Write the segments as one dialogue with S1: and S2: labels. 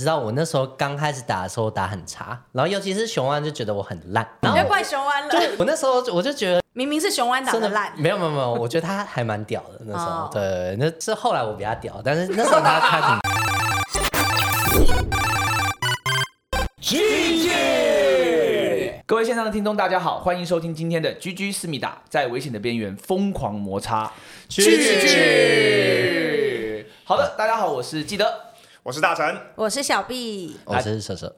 S1: 知道我那时候刚开始打的时候打很差，然后尤其是雄湾就觉得我很烂，然
S2: 你
S1: 后
S2: 就怪雄安了，
S1: 我那时候就我就觉得
S2: 明明是雄安打
S1: 真
S2: 的
S1: 的嗯
S2: 烂，
S1: 没有没有没有，我觉得他还蛮屌的那时候
S2: 哦，
S1: 对对，对那是后来我比他屌，但是那时候他他挺
S3: 各位线上的听众，大家好，欢迎收听今天的《GG 思密达》，在危险的边缘疯狂摩擦。GG，好的，大家好，我是记得，
S4: 我是大成，
S2: 我是小 B，
S1: 我是蛇 蛇，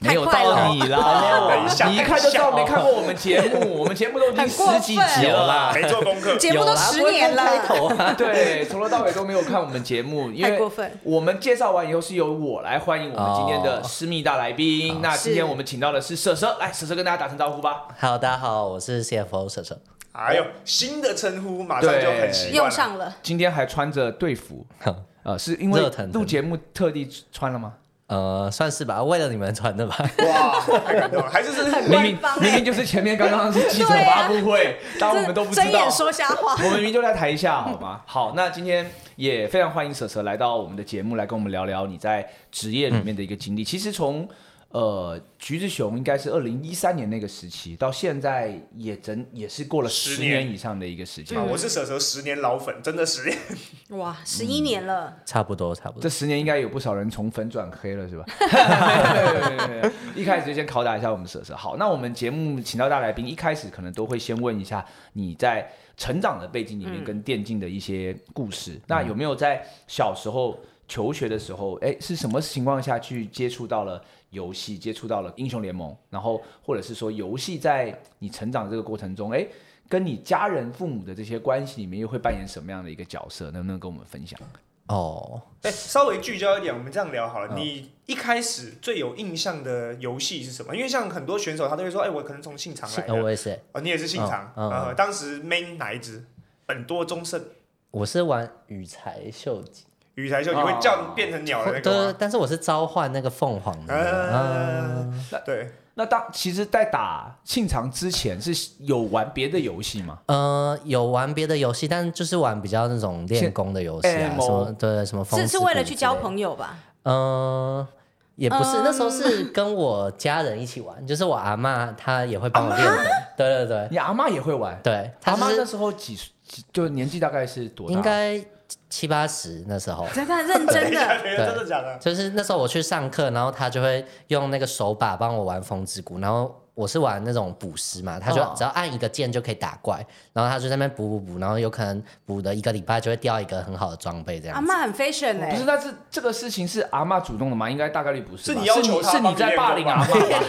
S3: 没有
S1: 哦
S3: 到你
S4: 等
S3: 啦
S4: 一，下
S3: 哦你一看就知道没看过我们节目，我们节目都已经十几集了啦。
S4: 没
S2: ，
S4: 做功课
S2: 节目都十年
S1: 哦有啦不
S2: 了，
S1: 会开头啊
S3: 对，从头到尾都没有看我们节目，因
S2: 太
S3: 为
S2: 过分
S3: 我们介绍完以后是由我来欢迎我们今天的思密达来宾。那今天
S2: 是
S3: 我们请到的是蛇蛇，来蛇蛇跟大家打声招呼吧。
S1: Hello，大家好，我是 CFO 蛇蛇，
S4: 哎呦，新的称呼马上就很习惯了
S2: 用上了。
S3: 今天还穿着队服，呃，是因为
S1: 热腾腾
S3: 录节目特地穿了吗？
S1: 呃，算是吧，为了你们传的吧，
S4: 哇，太感动了，还是这是
S3: 明明
S2: 官方欸啊
S3: 明明就是前面刚刚是记者发布 会，当我们都不知
S2: 睁
S3: 道
S2: 眼，说瞎话
S3: 我。们明明就在台下，好 吗？好，那今天也非常欢迎蛇蛇来到我们的节目，来跟我们聊聊你在职业里面的一个经
S2: 嗯
S3: 历。其实从呃橘子熊应该是二零一三年那个时期，到现在也整也是过了
S4: 十
S3: 十
S4: 年
S3: 年以上的一个时间
S4: 啊。我是蛇蛇十年老粉，真的十年，
S2: 哇，十一年了，
S1: 差不多差不
S3: 这
S1: 多，
S3: 十年应该有不少人从粉转黑 了，是吧？ 对对对对对一开始就先拷打一下我们蛇蛇。好，那我们节目请到大来宾，一开始可能都会先问一下你在成长的背景里面跟电竞的一些故事。
S1: 嗯
S3: 那有没有在小时候求学的时候，哎，是什么情况下去接触到了游戏，接触到了英雄联盟，然后或者是说游戏在你成长的这个过程中，哎？跟你家人、父母的这些关系里面，又会扮演什么样的一个角色？能不能跟我们分享？
S1: 哦，
S4: 哎，稍微聚焦一点，我们这样聊好了。你一开始最有印象的游戏是什么？因为像很多选手，他都会说，哎，我可能从信长
S1: 是
S4: 来
S1: 呃我
S4: 的，
S1: 也是，
S4: 哦，你也是信长，
S1: 嗯嗯
S4: 呃，当时 main 哪一支？本多忠胜、
S1: 我是玩羽柴秀吉，
S4: 羽柴秀，你会叫变成鸟的那
S1: 对
S4: 个，吗？
S1: 但是我是召唤那个凤凰的嗯那个，
S4: 呃，对，
S3: 那当其实，在打庆长之前是有玩别的游戏吗？
S1: 呃，有玩别的游戏，但就是玩比较那种练
S3: 现
S1: 功的游戏啊，
S3: MMO
S1: 什么对什么风
S2: 是
S1: 之
S2: 是
S1: 谷
S2: 为了去
S1: 之
S2: 交
S1: 类的
S2: 朋友嗯吧？
S1: 嗯，也不是，那时候是跟我家人一起玩， 就是我阿嬷她也会帮我练的，对对对
S3: 你阿妈也会玩？
S1: 对，她
S3: 阿
S1: 就
S3: 妈那
S1: 是
S3: 时候几岁几，就年纪大概是多大？啊
S1: 应该七八十那时候，
S2: 真的认 真的，
S4: 哎真的假的？
S1: 就是那时候我去上课，然后她就会用那个手把帮我玩风之谷，然后。我是玩那种捕食嘛，她就
S3: 哦
S1: 只要按一个键就可以打怪，然后她就在那边补补补，然后有可能补的一个礼拜就会掉一个很好的装备这样
S2: 阿
S1: 子。
S2: 妈很 fashion
S3: 不
S2: 哎，
S3: 是，那是这个事情是阿妈主动的吗？应该大概率不是吧。
S4: 是你要求她
S3: 是你是你
S4: 帮你
S3: 在霸凌阿妈吧？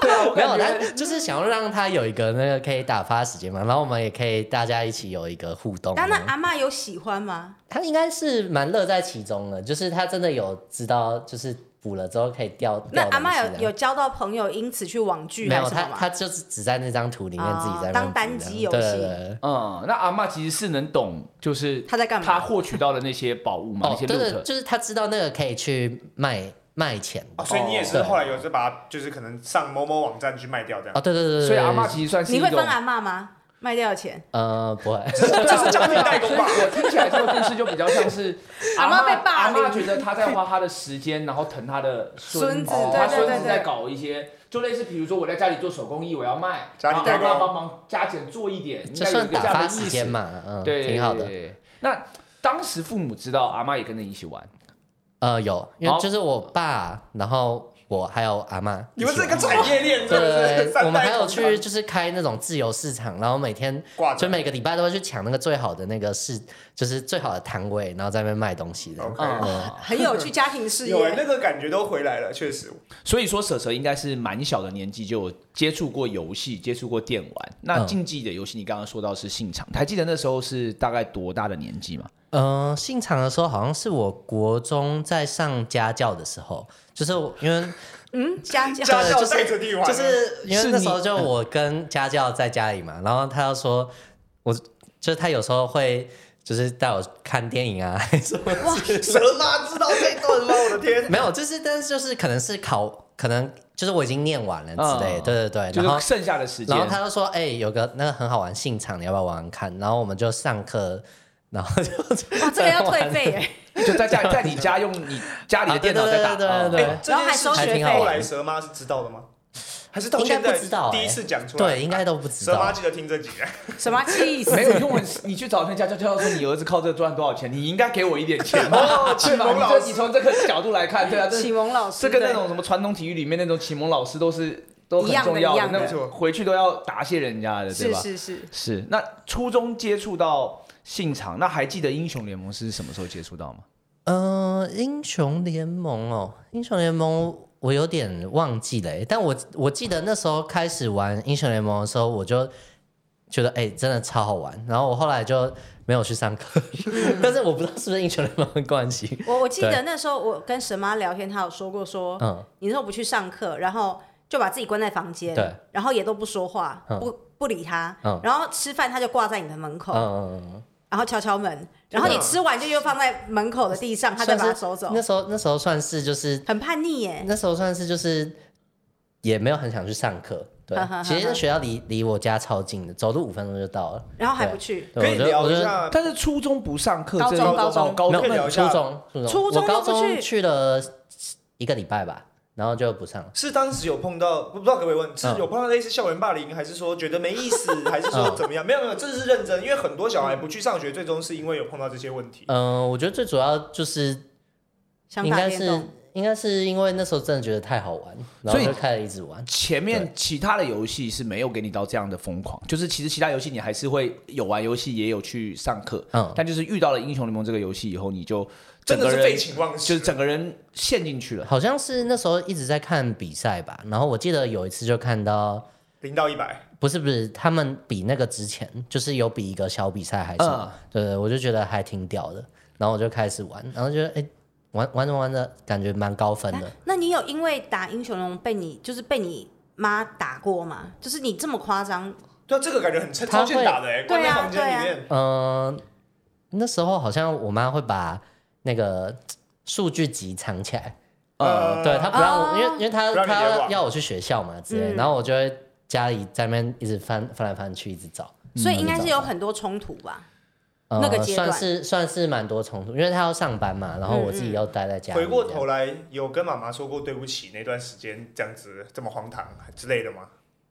S3: 对啊，我
S1: 没
S3: 感
S1: 有，
S3: 觉
S1: 他就是想要让他有一个那个可以打发时间嘛，然后我们也可以大家一起有一个互动。
S2: 但那阿妈有喜欢吗？
S1: 他应该是蛮乐在其中的，就是他真的有知道，就是补了之后可以掉。
S2: 那
S1: 掉
S2: 阿妈
S1: 东西
S2: 有有交到朋友，因此去网剧
S1: 没
S2: 还
S1: 有
S2: 是
S1: 他
S2: 什么
S1: 他
S2: 吗？
S1: 就是只在那张图里面
S2: 哦
S1: 自己在那边
S2: 当单
S1: 补这样
S2: 机游
S1: 对
S2: 戏
S1: 对对
S3: 嗯，那阿妈其实是能懂，就是
S2: 她在干嘛
S3: 她获取到的那些宝物嘛，那
S1: 哦，
S3: 些
S1: 对
S3: l
S1: 对，
S3: o
S1: 就是他知道那个可以去卖卖钱的
S4: 哦，所以你也是
S1: 哦
S4: 后来有是把它，就是可能上某某网站去卖掉这样
S1: 哦，。对对对对，
S3: 所以阿
S1: 妈
S3: 妈其实算是一
S2: 你会
S3: 种
S2: 分。阿妈吗？卖掉 的钱，
S1: 呃不会，
S3: 这是
S4: 家庭代工吧
S3: 我听起来这个故事就比较像是
S2: 阿嬷
S3: 嬷
S2: 被霸
S3: 阿
S2: 凌
S3: 妈觉得她在花她的时间，然后疼她的孙哦
S2: 孙子
S3: 她
S2: 对对
S3: 孙
S2: 对
S3: 子
S2: 对
S3: 在搞一些，就类似比如说我在家里做手工艺，我要卖，
S4: 家
S3: 然
S4: 里
S3: 后
S4: 代
S3: 阿
S4: 工
S3: 妈帮忙加减做一点，应
S1: 就
S3: 该有
S1: 算
S3: 一个
S1: 打
S3: 这样
S1: 发
S3: 的
S1: 时
S3: 意
S1: 间
S3: 思。
S1: 嘛，嗯，
S3: 对，
S1: 挺好的
S3: 对。。对对那当时父母知道阿妈也跟着一起玩，
S1: 呃，有，因为
S3: 好
S1: 就是我爸，然后我还有阿妈，
S4: 你们这个产业链真的
S1: 对
S4: 是，三代
S1: 我们还有
S4: 同堂
S1: 去就是开那种自由市场，然后每天
S4: 挂着
S1: 就每个礼拜都会去抢那个最好的那个市，就是最好的摊位，然后在那边卖东西的。
S4: OK
S3: 嗯，
S2: 很有趣家庭事
S4: 有欸
S2: 业。
S4: 那个感觉都回来了，确实。
S3: 所以说蛇蛇应该是蛮小的年纪就有接触过游戏，接触过电玩。那
S1: 嗯
S3: 竞技的游戏，你刚刚说到是信场，还记得那时候是大概多大的年纪吗？
S1: 嗯、呃，进场的时候好像是我国中在上家教的时候，就是我因为
S2: 嗯，家教
S4: 家
S1: 就
S4: 教
S1: 是
S4: 带着地玩，啊
S1: 就是因为那时候
S3: 是你
S1: 就我跟家教在家里嘛，然后他就说，我就是他有时候会就是带我看电影啊， 还是什么
S4: 蛇妈知道这段吗？我的 天！
S1: 没有，就是但是就是可能是考，可能就是我已经念完了之类的，
S3: 嗯
S1: 对对对，
S3: 就
S1: 然后
S3: 是剩下的时间
S1: 然后，他就说，哎、有个那个很好玩信场，你要不要玩玩看？然后我们就上课。然后就
S2: 哇，这个要退费欸耶，
S3: 就在家在你家用你家里的电脑在打。
S1: 啊 对对对对对
S3: 哦
S1: 对
S4: 这
S2: 然后
S4: 件
S2: 还
S4: 事
S2: 收学
S4: 情
S1: 还挺
S2: 费
S1: 好
S4: 后
S1: 玩
S4: 来蛇妈是知道的吗？还是到
S1: 应该
S4: 现在
S1: 不知道
S4: 第一
S1: 哎
S4: 次讲出来？
S1: 对，应该都不知
S4: 蛇妈
S1: 道。
S4: 记得听这集。
S2: 什么啊气死？
S3: 哎没有用，你去找人家教教说你儿子靠这赚多少钱，你应该给我一点 钱吧，
S1: 哦
S3: 对吧？
S4: 蒙
S3: 你
S4: 老
S3: 这
S4: 师
S3: 你从这个角度来看，对啊，这
S2: 启蒙老师，
S3: 这跟那
S2: 对
S3: 种什么传统体育里面那种启蒙老师都是都很
S2: 一样的
S3: 重要
S2: 一样的
S3: 那种回去都要答谢人家的，对
S2: 是
S3: 吧？
S2: 是是，
S3: 是，那初中接触到信场，那还记得英雄联盟是什么时候接触到吗？
S1: 嗯、英雄联盟哦，英雄联盟我有点忘记了耶，欸但我我记得那时候开始玩英雄联盟的时候，我就觉得哎、真的超好玩。然后我后来就没有去上课，
S4: 嗯
S1: 但是我不知道是不是英雄联盟的关系。
S2: 我我记
S1: 对
S2: 得那时候我跟神妈聊天，她有说过说，
S1: 嗯，
S2: 你那时候不去上课，然后就把自己关在房间，
S1: 对，
S2: 然后也都不说话，
S1: 嗯
S2: 不不理他，
S1: 嗯
S2: 然后吃饭他就挂在你的门
S4: 哦
S2: 口，
S1: 嗯嗯嗯
S2: 然后敲敲门，然后你吃完就又放在门口的地上，他再把它收走
S1: 嗯，，那时候那时候算是就是
S2: 很叛逆耶。，
S1: 那时候算是就是也没有很想去上课。对其实那学校离离我家超近的，走路五分钟就到了。
S2: 然后还不去，
S1: 对
S4: 可以
S1: 我就
S4: 聊
S1: 我
S4: 一
S1: 就
S4: 下，
S3: 但是初中不上课，
S2: 高
S3: 这
S2: 中
S3: 个
S2: 高中
S3: 哦高
S1: 没有
S3: 中
S4: 可以
S1: 没有
S4: 聊一下
S1: 初中初中
S2: 初中
S1: 我高
S2: 就不去
S1: 中去了一个礼拜吧，然后就不上了。
S4: 是当时有碰到，不知道可不可以问，是
S1: 嗯
S4: 有碰到类似校园霸凌，还是说觉得没意思，还是说怎么样？没有没有，这是认真，因为很多小孩不去上学，最终是因为有碰到这些问题。
S1: 嗯、我觉得最主要就是
S2: 想
S1: 应
S2: 打
S1: 该
S2: 电
S1: 是
S2: 动，
S1: 应该是因为那时候真的觉得太好玩，然
S3: 所
S1: 后
S3: 以
S1: 就开始一直玩。
S3: 前面其他的游戏是没有给你到这样的疯狂，就是其实其他游戏你还是会有玩游戏，也有去上课，
S1: 嗯
S3: 但就是遇到了英雄联盟这个游戏以后，你就整
S4: 真
S3: 个
S4: 的是
S3: 人
S4: 废寝忘
S3: 就是
S4: 食，
S3: 整个人陷进去了。
S1: 好像是那时候一直在看比赛吧，然后我记得有一次就看到，
S4: 零到一百，
S1: 不是不是，他们比那个之前就是有比一个小比赛还是什么，
S3: 嗯
S1: 对对，我就觉得还挺屌的，然后我就开始玩，然后觉得哎、诶玩玩着玩着感觉蛮高分
S2: 那
S1: 的，
S2: 那你有因为打英雄联盟被你就是被你妈打过吗？就是你这么夸张，
S4: 对啊，这个感觉很超
S1: 他
S4: 超
S1: 会
S4: 欠打的哎，关在
S2: 对啊
S4: 房间里面。
S1: 嗯，那时候好像我妈会把那个嘖数据集藏起来，
S4: 嗯
S3: 呃，
S1: 对她不让我，
S2: 哦
S1: 因为因为她
S4: 不让你
S1: 她
S4: 别
S1: 要
S4: 忘
S1: 要我去学校嘛之类，
S2: 嗯
S1: 然后我就会家里在那边一直翻翻来翻去，一直找。
S2: 所以应该是有很多冲突吧？
S1: 呃
S2: 那个阶段嗯
S1: 算是算是蛮多冲突，因为她要上班嘛，然后我自己要待在家里。
S4: 回过头
S1: 来，
S4: 来，有跟妈妈说过对不起那段时间这样子这么荒唐之类的吗？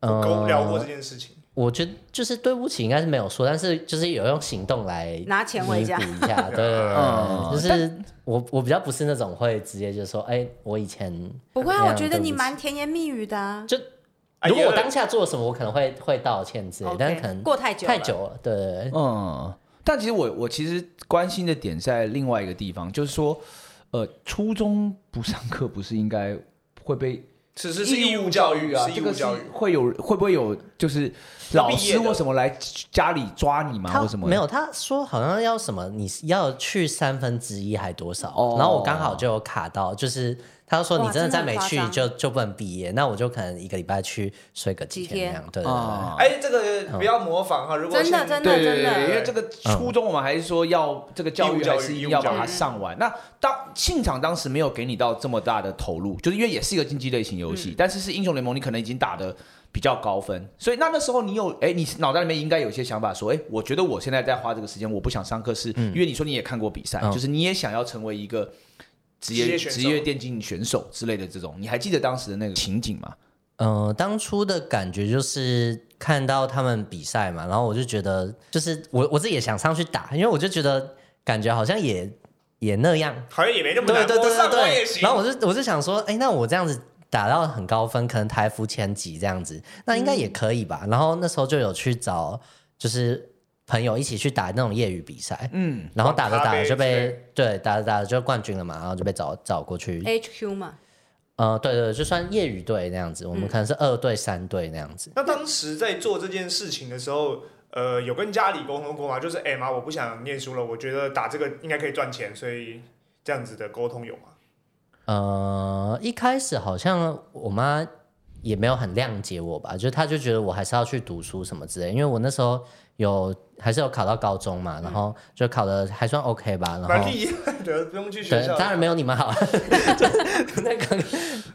S4: 有跟聊过这
S1: 嗯，
S4: 件事情，
S1: 我觉得就是对不起，应该是没有说，但是就是有用行动来
S2: 拿钱回家
S1: 弥补一下，对对对
S3: 嗯
S1: 对，就是我我比较不是那种会直接就说，哎，我以前
S2: 不会啊，
S1: 那
S2: 我
S1: 样
S2: 觉得
S1: 哎对不
S2: 你
S1: 起
S2: 蛮甜言蜜语的啊。
S4: 哎
S1: 如果
S4: 有
S1: 我
S4: 人
S1: 当下做了什么，我可能会会道歉之类
S2: OK，，
S1: 但是可能
S2: 过太久
S1: 太
S2: 了
S1: 久了，对对对，
S3: 嗯，但其实我我其实关心的点在另外一个地方，就是说，呃，初中不上课不是应该会被
S4: 此时是义务教育啊，
S3: 这
S4: 义务
S3: 个是
S4: 教育。
S3: 会有会不会有就是
S4: 要
S3: 老
S4: 毕业
S3: 师
S4: 的
S3: 或什么来家里抓你吗？或什么的
S1: 没有，他说好像要什么，你要去三分之一还多少？
S3: 哦
S1: 然后我刚好就有卡到，就是他就说
S2: 哇
S1: 你真的再没
S2: 真的
S1: 去
S2: 很夸
S1: 就就不能毕业，那我就可能一个礼拜去睡个几
S2: 几天
S1: 天那样，对对对。
S3: 啊？
S4: 哎，这个不要模仿哈，如果
S2: 真的
S4: 现
S2: 真的
S3: 对对对，
S2: 真
S3: 对
S2: 的
S3: 因为这个初中我们还是说要这个教育
S4: 义务教育
S3: 还是一定要
S4: 义务教
S3: 把
S4: 育
S3: 它上完。那当现场当时没有给你到这么大的投入，就是因为也是一个竞技类型游戏，但是是英雄联盟，你可能已经打的比较高分，所以那那时候你有哎，你脑袋里面应该有一些想法说，哎，我觉得我现在在花这个时间，我不想上课是，因为你说你也看过比赛，
S1: 嗯
S3: 就是你也想要成为一个。职
S4: 职
S3: 业
S4: 业选手
S3: 职业电竞选手之类的这种，你还记得当时的那个情景吗？
S1: 嗯、当初的感觉就是看到他们比赛嘛，然后我就觉得，就是我我自己也想上去打，因为我就觉得感觉好像也也那样，
S4: 好像也没那么
S1: 对
S4: 难，
S1: 对
S4: 我
S1: 对对
S4: 上网也
S1: 对。
S4: 行。
S1: 然后我就我就想说，哎，那我这样子打到很高分，可能台服前几这样子，那应该也可以吧。
S4: 嗯
S1: 然后那时候就有去找，就是朋友一起去打那种业余比赛，
S3: 嗯，
S1: 然后打着打着就
S4: 网咖
S1: 被对打着打着就冠军了嘛，然后就被找找过去。
S2: HQ 嘛，
S1: 呃，对对，就算业余队那样子，我
S4: 嗯
S1: 们可能是二队三队那样子。
S4: 那当时在做这件事情的时候，呃，有跟家里沟通过吗？就是哎妈，我不想念书了，我觉得打这个应该可以赚钱，所以这样子的沟通有吗？
S1: 呃，一开始好像我妈也没有很谅解我吧，就是她就觉得我还是要去读书什么之类，因为我那时候有还是有考到高中
S4: 嗯
S1: 嘛，然后就考的还算 OK 吧，然
S4: 蛮
S1: 后
S4: 厉害的，不用去学
S1: 对，
S4: 校。
S1: 当然没有你们好， 就是那个，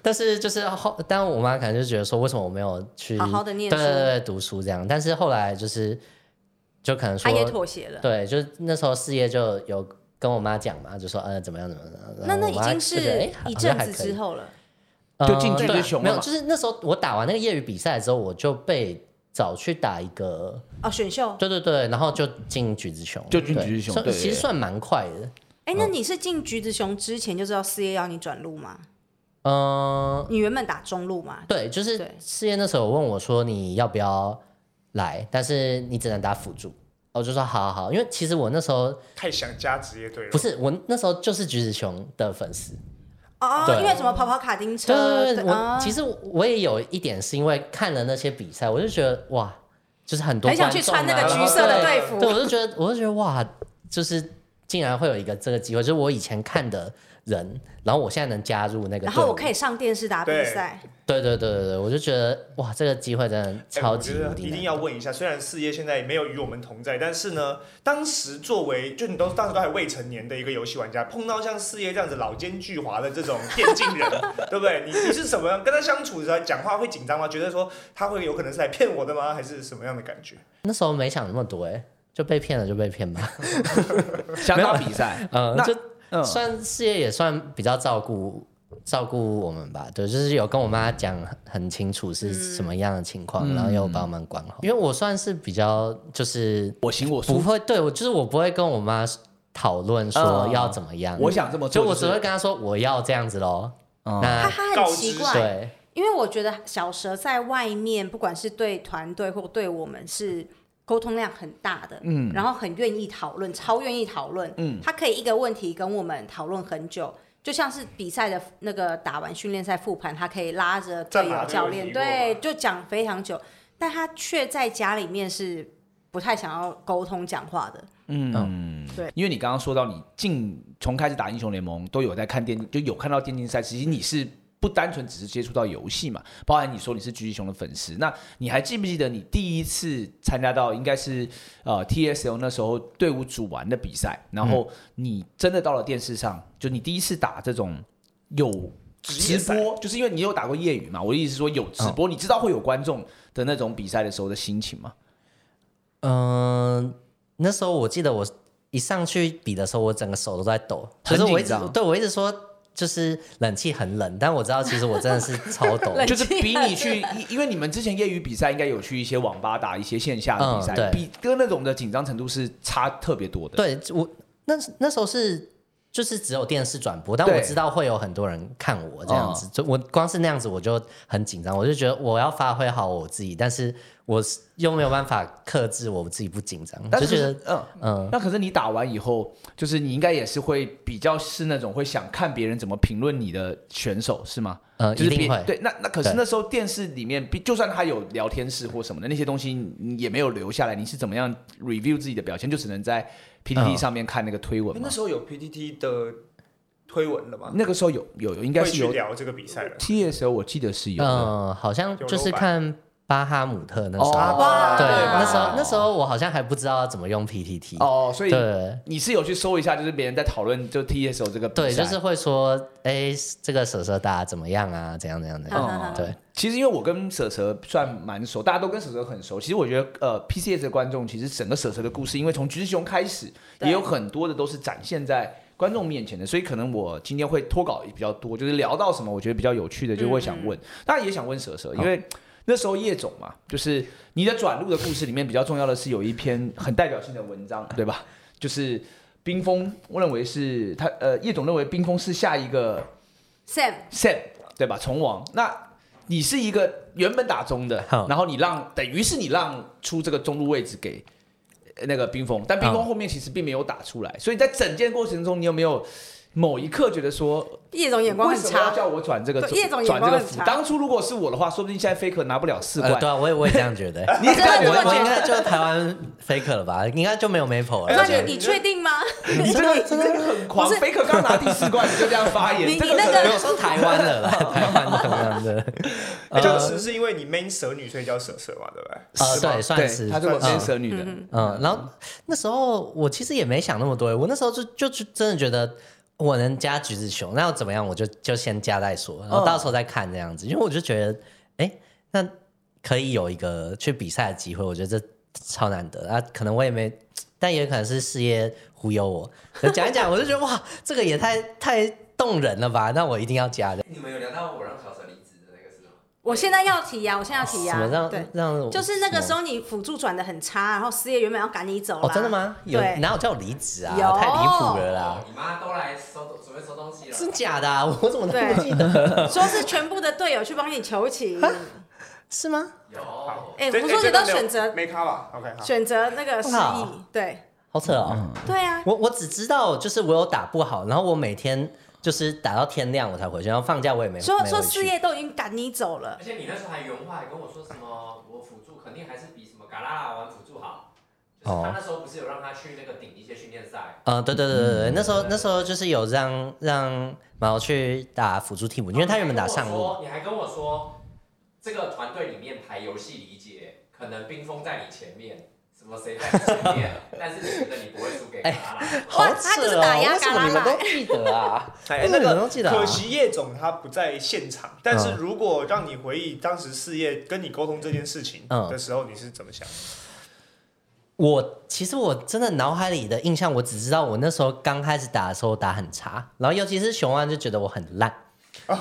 S1: 但是就是后，但我妈可能就觉得说，为什么我没有去
S2: 好好地念
S1: 对对
S2: 书
S1: 对，读书这样，但是后来就是。就可能说
S2: 他也妥协了。
S1: 对，就是那时候事业就有跟我妈讲嘛，就说呃怎么样怎么样。然后
S2: 那那
S1: 我
S2: 已
S1: 妈
S2: 经
S1: 就觉得
S2: 是
S1: 哎好
S2: 一
S1: 像
S2: 阵
S1: 还
S2: 子
S1: 可以
S2: 之后了，
S3: 就进
S1: 呃
S3: 阶
S1: 对
S3: 之雄
S1: 没
S3: 了
S1: 有，
S3: 嘛
S1: 就是那时候我打完那个业余比赛之后，我就被找去打一个，
S2: 哦，选秀。
S1: 对对对，然后就进橘子熊，
S3: 就进橘子熊
S1: 对
S3: 对
S1: 算其实算蛮快的。
S2: 哎，那你是进橘子熊之前就知道四叶要你转路吗？
S1: 嗯，
S2: 你原本打中路吗？
S1: 对，就是
S2: 对
S1: 试验那时候我问我说你要不要来，但是你只能打辅助，我就说好好好，因为其实我那时候
S4: 太想加职业队了。
S1: 不是我那时候就是橘子熊的粉丝，
S2: 哦，
S1: 对
S2: 因为什么跑跑卡丁
S1: 对
S2: 车？
S1: 对对，我
S2: 啊
S1: 其实我也有一点是因为看了那些比赛，我就觉得哇，就是很多
S2: 很想
S1: 观
S2: 去
S1: 众
S2: 穿那
S1: 啊
S2: 个
S1: 然
S2: 橘
S1: 后
S2: 色的
S1: 对
S2: 队
S1: 对，
S2: 服。
S1: 我就觉得，我就觉得哇，就是竟然会有一个这个机会，就是我以前看的人，然后我现在能加入那个队伍，
S2: 然后我可以上电视打比
S4: 对
S2: 赛，
S1: 对对对对对，我就觉得哇，这个机会真的
S4: 哎
S1: 超
S4: 我
S1: 级
S4: 觉得
S1: 无敌
S4: 一定
S1: 难。
S4: 要问一下，虽然四叶现在没有与我们同在，但是呢，当时作为就你都当时都还未成年的一个游戏玩家，碰到像四叶这样子老奸巨猾的这种电竞 人，对不对？你你是什么样跟他相处的时候讲话会紧张吗？觉得说他会有可能是来骗我的吗？还是什么样的感觉？
S1: 那时候没想那么多、哎，就被骗了就被骗吧。
S3: 想打比赛，
S1: 嗯，
S3: 那
S1: 就
S3: 嗯，
S1: 算事业也算比较照顾照顾我们吧，对，就是有跟我妈讲很清楚是
S2: 嗯
S1: 什么样的情况，然后又把我们管好。因为我算是比较就是
S3: 我行
S1: 不
S3: 我素，
S1: 会，对我就是我不会跟我妈讨论说要怎么样，
S3: 我想这么
S1: 啊就
S3: 做，
S1: 我
S3: 哦就
S1: 只
S3: 是
S1: 会跟她说我要这样子喽。
S3: 嗯
S2: 他
S1: 那
S2: 他
S4: 告
S2: 很奇
S4: 知他
S2: 怪，
S1: 对，
S2: 因为我觉得小蛇在外面，不管是对团队或对我们是。沟通量很大的，嗯，然后很愿意讨论，超愿意讨论，嗯，他可以一个问题跟我们讨论很久，就像是比赛的那个打完训练赛复盘，他可以拉着队
S4: 战马
S2: 友、
S4: 队
S2: 教
S4: 有
S2: 练，
S4: 提过
S2: 对，
S4: 吗
S2: 就讲非常久，但他却在家里面是不太想要沟通讲话的，
S3: 嗯，
S2: 对
S3: 因为你刚刚说到你进从开始打英雄联盟都有在看电竞，就有看到电竞赛，其实你是不单纯只是接触到游戏嘛，包含你说你是狙击熊的粉丝，那你还记不记得你第一次参加到应该是呃 TSL 那时候队伍组完的比赛，然后
S4: 嗯
S3: 你真的到了电视上，就你第一次打这种有。
S4: 职
S3: 直
S4: 业赛嗯
S3: 播就是因为你有打过业余嘛，我的意思是说有直播，你知道会有观众的那种比赛的时候的心情吗？
S1: 嗯，那时候我记得我一上去比的时候，我整个手都在抖，可
S3: 很
S1: 是我一
S3: 紧
S1: 直
S3: 张
S1: 对我一直说就是冷气很冷，但我知道其实我真的是超 抖。
S2: 冷
S3: 就是比你去，因因为你们之前业余比赛应该有去一些网吧打一些线下的比赛，
S1: 嗯对
S3: 比跟那种的紧张程度是差特别多的。
S1: 对我那那时候是就是只有电视转播，但我
S3: 对哦
S1: 知道会有很多人看我这样子，就我光是那样子我就很紧张，我就觉得我要发挥好我自己，但是我是又没有办法克制我自己不紧张，
S3: 但
S1: 就是觉得
S3: 嗯嗯，那可是你打完以后，就是你应该也是会比较是那种会想看别人怎么评论你的选手是吗？
S1: 呃
S3: 就
S1: 一
S3: 是
S1: 定
S3: 别
S1: 会
S3: 对，那那可是
S1: 对
S3: 那时候电视里面，比就算他有聊天室或什么的那些东西，你也没有留下来。你是怎么样 review 自己的表现？就只能在 PPT
S1: 嗯
S3: 上面看那个推文
S4: 因为
S3: 吗
S4: 那？时候有 PTT 的推文了
S1: 嗯
S4: 吗？
S3: 那个时候有有有，应该
S4: 会
S3: 是
S4: 去
S3: 有
S4: 聊这个比赛了。
S3: TSL，我记得是有的。
S1: 嗯，好像
S4: 有
S1: 就是
S4: 柔板
S1: 看巴哈姆特那时候。
S3: 哦
S2: 哇
S1: 对，
S2: 对
S1: 那时候那时候我好像还不知道怎么用 PTT。
S3: 哦，所以
S1: 对
S3: 你是有去搜一下，就是别人在讨论就 TSO 这个比赛
S1: 对，就是会说，哎、这个蛇蛇打怎么样啊？怎样怎样怎样？
S2: 嗯
S1: 对，
S3: 其实因为我跟蛇蛇算蛮熟，大家都跟蛇蛇很熟。其实我觉得呃 PCS 的观众其实整个蛇蛇的故事，因为从橘子熊开始，
S2: 对
S3: 也有很多的都是展现在。观众面前的，所以可能我今天会脱稿也比较多，就是聊到什么我觉得比较有趣的，就会想问。当然也想问蛇蛇，因为那时候叶总嘛，就是你的转录的故事里面比较重要的是有一篇很代表性的文章，对吧？就是冰封，我认为是他呃叶总认为冰封是下一个
S2: Sam
S3: Sam 对吧？虫王，那你是一个原本打中的，
S1: 好
S3: 然后你让等于是你让出这个中路位置给呃那个冰封，但冰封
S1: 好
S3: 后面其实并没有打出来，所以在整件过程中，你有没有某一刻觉得说，
S2: 叶总眼光
S3: 为
S2: 很
S3: 什么要
S2: 差，
S3: 叫我转这个
S2: 对叶总眼
S3: 转这
S2: 光
S3: 个
S2: 很
S3: 服
S2: 差？
S3: 当初如果是我的话，说不定现在 Faker 拿不了四冠
S1: 呃，，对啊，我也我也这样觉 得、
S3: 你也这样
S2: 真的
S3: 觉
S1: 我
S3: 得
S2: 这么
S1: 我
S3: 吗？
S1: 应该就台湾 faker 了吧？应该就没有 maple 了。
S2: 那
S4: 而
S1: 对
S4: 且
S2: 你你确定吗？
S3: 你这个你这个很狂
S2: 不是
S3: ，Faker 刚拿第四冠你就这样发
S2: 你
S3: 言，哎这
S2: 你
S3: 个
S2: 那
S3: 可
S2: 个
S3: 能
S1: 没有说台湾的啦，台湾的这样 的。
S4: 哎当时是因为你 main 蛇女，所以叫蛇蛇嘛，对不对？
S1: 呃，
S3: 是吗
S1: 对，算是
S3: 他是我
S1: 算
S3: 先
S1: 是
S3: 蛇女的，
S2: 啊
S1: 嗯，然后那时候我其实也没想那么多，我那时候就就就真的觉得我能加橘子熊，那要怎么样我就就先加再说，然
S2: 嗯
S1: 后到时候再看这样子，因为我就觉得，哎，那可以有一个去比赛的机会，我觉得这超难得啊，可能我也没，但也可能是事业忽悠我。可讲一讲，我就觉得哇，这个也太太动人了吧？那我一定要加的。
S5: 哎你们有聊到我让小蛇离职的那个事吗？
S2: 我现在要提呀、我现在要提呀、
S1: 什么让
S2: 啊对，
S1: 让我
S2: 就是那个时
S1: 什么
S2: 候你辅助转的很差，然后师爷原本要赶你走了、
S1: 哦，真的？吗？有
S2: 对
S1: 哪有叫我离职啊？
S2: 有
S1: 太离谱了啦！
S5: 哦，你妈都来收东，准备收东西了。
S1: 是啊假的、啊， 我怎么都
S2: 对
S1: 不记得？
S2: 说是全部的队友去帮你求情，
S1: 是吗？
S5: 有，
S2: 哎、
S4: 这
S2: 我说你都选
S4: 这个
S2: 择
S4: 没没咖吧？OK，好。
S2: 选择那个失忆
S1: 好，
S2: 对
S1: 好扯哦！
S2: 对啊，
S1: 我我只知道就是我有打不好，然后我每天就是打到天亮我才回去，然后放假我也没
S2: 说
S1: 没
S2: 说
S1: 回
S2: 师
S1: 去。
S2: 爷都已经赶你走了
S5: 而，且你那时候还原话还跟我说什么，我辅助肯定还是比什么嘎啦啦玩辅助好。
S1: 哦
S5: 就是他那时候不是有让他去那个顶一些训练赛，
S1: 嗯，对对对对对，那时候那时候就是有让让毛去打辅助替补，因为他原本打上
S2: 哦
S1: 路嘛，
S5: 你还跟我说，这个团队里面排游戏理解，可能冰封在你前面，什么谁在你 前面，但是你觉得你不会输给嘎啦啦。
S1: 好
S2: 哇他
S1: 扯
S2: 就是
S1: 哦！
S2: 打压
S1: 为什
S2: 嘎啦
S1: 么你们
S2: 啦
S1: 都记得啊？
S4: 哎，
S1: 为什么
S4: 那
S1: 你们
S4: 个
S1: 都记得啊嗯
S4: 可？惜叶总他不在现场，但是如果让你回忆当时四叶跟你沟通这件事情
S1: 嗯
S4: 的时候，你是怎么想？
S1: 我其实我真的脑海里的印象，我只知道我那时候刚开始打的时候打很差，然后尤其是雄安就觉得我很烂，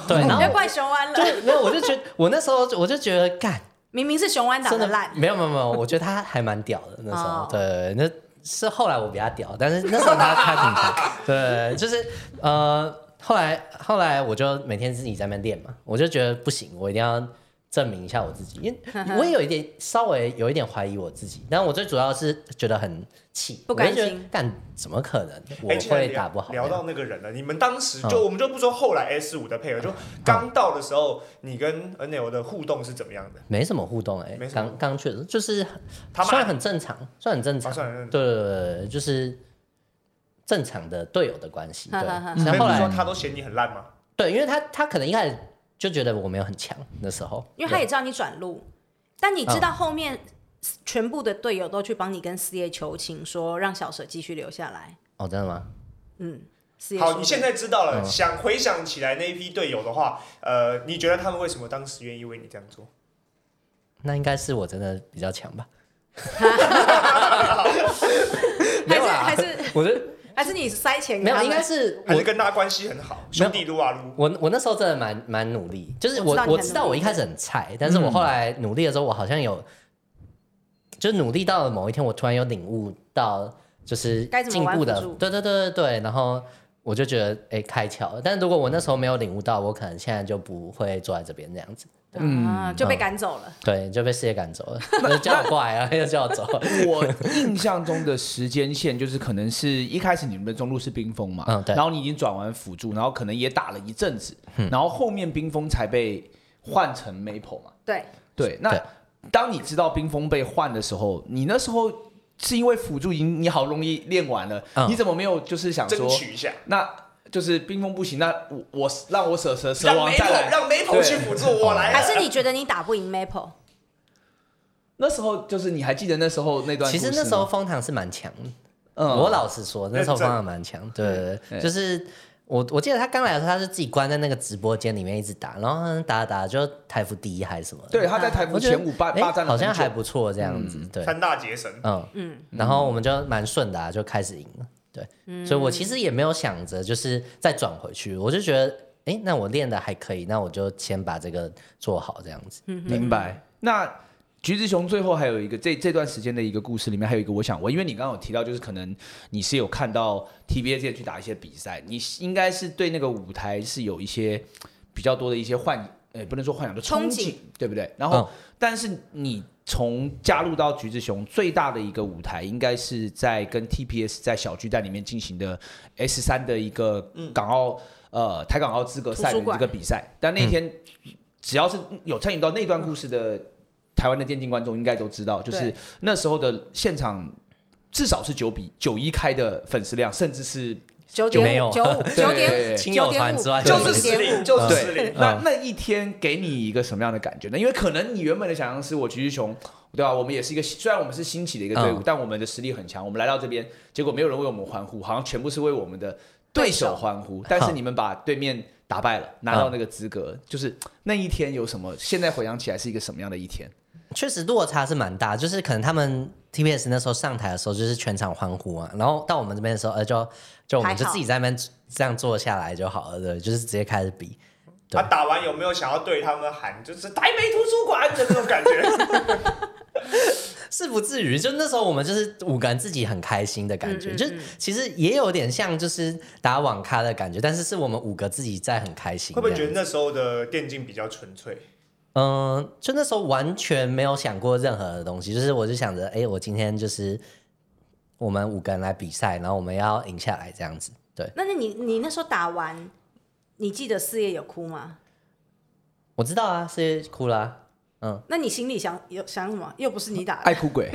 S1: 对，哎然
S2: 你
S1: 后
S2: 要怪熊安了，
S1: 就没有我就觉得我那时候我就觉得干。
S2: 明明是熊安打
S1: 真
S2: 的
S1: 的
S2: 烂，
S1: 没有没有没有，我觉得他还蛮屌的那时候
S2: 哦，
S1: 对，那是后来我比他屌，但是那时候他他挺强，对，就是呃，后来后来我就每天自己在那边练嘛，我就觉得不行，我一定要证明一下我自 己，因为我也有一点稍微有一点怀疑我自己，但我最主要是觉得很气，
S2: 不甘
S1: 我就觉得
S2: 心
S1: 干怎么可能我
S4: 哎，既然
S1: 会
S4: 聊
S1: 打不好？哎
S4: 聊到那个人了，你们当时就
S1: 嗯
S4: 我们就不说后来 S 五的配合，就刚到的时候，你跟 N L 的互动是怎么样的？
S1: 没什么互动哎、
S4: 没什么
S1: 刚刚去的时候就是
S4: 他
S1: 虽然
S4: 们
S1: 很正常，算很正常，
S4: 啊算很正常
S1: 对对对对，就是正常的队友的关系。对，
S2: 哈哈哈
S1: 然后后
S4: 你说
S1: 来
S4: 他都嫌你很烂吗？
S1: 对，因为他他可能一开始就觉得我没有很强那时候，
S2: 因为他也知道你转路，但你
S1: 嗯
S2: 知道后面全部的队友都去帮你跟师爷求情，说让小蛇继续留下来。
S1: 哦真的吗？
S2: 嗯，师爷
S4: 好，
S2: 说
S4: 你
S2: 的
S4: 现在知道了。
S1: 嗯
S4: 想回想起来那一批队友的话，呃，你觉得他们为什么当时愿意为你这样做？
S1: 那应该是我真的比较强吧？ 没有啦
S2: 还是还是
S1: 我觉得
S2: 还是你塞钱
S1: 没
S2: 给他
S1: 有，
S2: 们？啊
S1: 应该是
S4: 还
S1: 我
S4: 是跟大家关系很好，
S1: 没有
S4: 兄弟撸啊撸？
S1: 我我那时候真的蛮蛮努力，就是
S2: 我
S1: 我
S2: 知道你很
S1: 我知道我一开始很菜，但是我后来努力的时候，我好像有，就是努力到了某一天，我突然有领悟到，就是
S2: 该怎么
S1: 进
S2: 玩
S1: 步的
S2: 辅助，
S1: 对对对对对，然后我就觉得哎、开窍了。但如果我那时候没有领悟到，我可能现在就不会坐在这边这样子，嗯
S2: 啊，就被赶走了。
S1: 对，就被世界赶走了， 就叫我过来，然啊后又叫我走。
S3: 我印象中的时间线就是，可能是一开始你们的中路是冰封嘛，
S1: 嗯对嗯
S3: 然后你已经转完辅助，然后可能也打了一阵子，然后后面冰封才被换成 Maple 嘛，
S2: 对，
S3: 对，那
S1: 对
S3: 当你知道冰封被换的时候，你那时候是因为辅助已经你好容易练完了，
S1: 嗯
S3: 你怎么没有就是想
S4: 争
S3: 说，
S4: 取一下，
S3: 那就是冰封不行，那我我让我蛇蛇蛇
S4: 让
S3: 王再
S4: Maple
S3: 来。
S4: 让 Maple 去辅助我来了。
S2: 还
S4: 啊
S2: 是你觉得你打不赢 Maple？
S3: 那时候就是你还记得那时候那段故
S1: 其
S3: 事吗？
S1: 实那时候风堂是蛮强的。
S3: 嗯，
S1: 我老实说，那时候
S4: 认真
S1: 方法蛮强，对对
S3: 嗯
S1: 对，就是我我记得他刚来的时候，他是自己关在那个直播间里面一直打，然后打打打就台服第一还是什么的，
S3: 对他在台服
S1: 我觉得哎
S3: 前五霸
S1: 诶
S3: 霸占了
S1: 好
S3: 很久，
S1: 像还不错这样子，对，
S4: 三大杰神，
S1: 嗯嗯，然后我们就蛮顺的、啊，就开始赢了，对，所以我其实也没有想着就是再转回去，我就觉得。诶，那我练的还可以，那我就先把这个做好，这样子。
S3: 明白。那橘子熊最后还有一个这这段时间的一个故事里面还有一个，我想问，因为你刚刚有提到，就是可能你是有看到 TBA 这些去打一些比赛，你应该是对那个舞台是有一些比较多的一些幻，呃，不能说幻想，就憧
S2: 憧憬
S3: 憬，对不对？然后，
S1: 嗯
S3: 但是你从加入到橘子熊最大的一个舞台，应该是在跟 TPS 在小巨蛋里面进行的 S 三的一个港澳、呃台港澳资格赛
S2: 嗯图
S3: 的
S2: 书馆
S3: 这个比赛，但那天只要是有参与到那段故事的台湾的电竞观众应该都知道，就是
S2: 对
S3: 那时候的现场至少是九比九一开的粉丝量，甚至是
S2: 九
S1: 没
S2: 点五，
S1: 有
S2: 九五，九点
S3: 对
S2: 五，
S1: 亲
S2: 九
S1: 友
S2: 点
S1: 团
S2: 五，
S1: 之外
S4: 啊就是
S2: 九
S4: 失
S2: 点
S4: 灵，
S2: 五。
S4: 就是失
S3: 对嗯
S4: 灵。，
S3: 那那一天给你一个什么样的感觉呢？因为可能你原本的想象是我橘子熊，对吧、我们也是一个，虽然我们是新起的一个队伍，
S1: 嗯
S3: 但我们的实力很强。我们来到这边，结果没有人为我们欢呼，好像全部是为我们的对手欢呼。但是你们把对
S4: 嗯
S3: 面打败了，拿到那个资格，就是那一天有什么？现在回想起来是一个什么样的一天？
S1: 确实落差是蛮大，就是可能他们 TBS 那时候上台的时候就是全场欢呼啊，然后到我们这边的时候，呃，就就我们就
S2: 还好
S1: 自己在那边这样坐下来就好了，对，就是直接开始比。对
S4: 他啊打完有没有想要对他们喊，就是台北图书馆的那种感 觉？
S1: 是不至于，就那时候我们就是五个人自己很开心的感觉，
S2: 嗯嗯
S1: 就是
S2: 嗯
S1: 其实也有点像就是打网咖的感觉，但是是我们五个自己在很开心。
S4: 会不会觉得
S1: 得？
S4: 那时候的电竞比较纯粹？
S1: 嗯、就那时候完全没有想过任何的东西，就是我就想着，哎、我今天就是我们五个人来比赛，然后我们要赢下来这样子。对，
S2: 那那你你那时候打完，你记得四叶有哭吗？
S1: 我知道啊，是哭了啊、嗯，
S2: 那你心里想有想什么？又不是你打的，
S3: 爱哭鬼，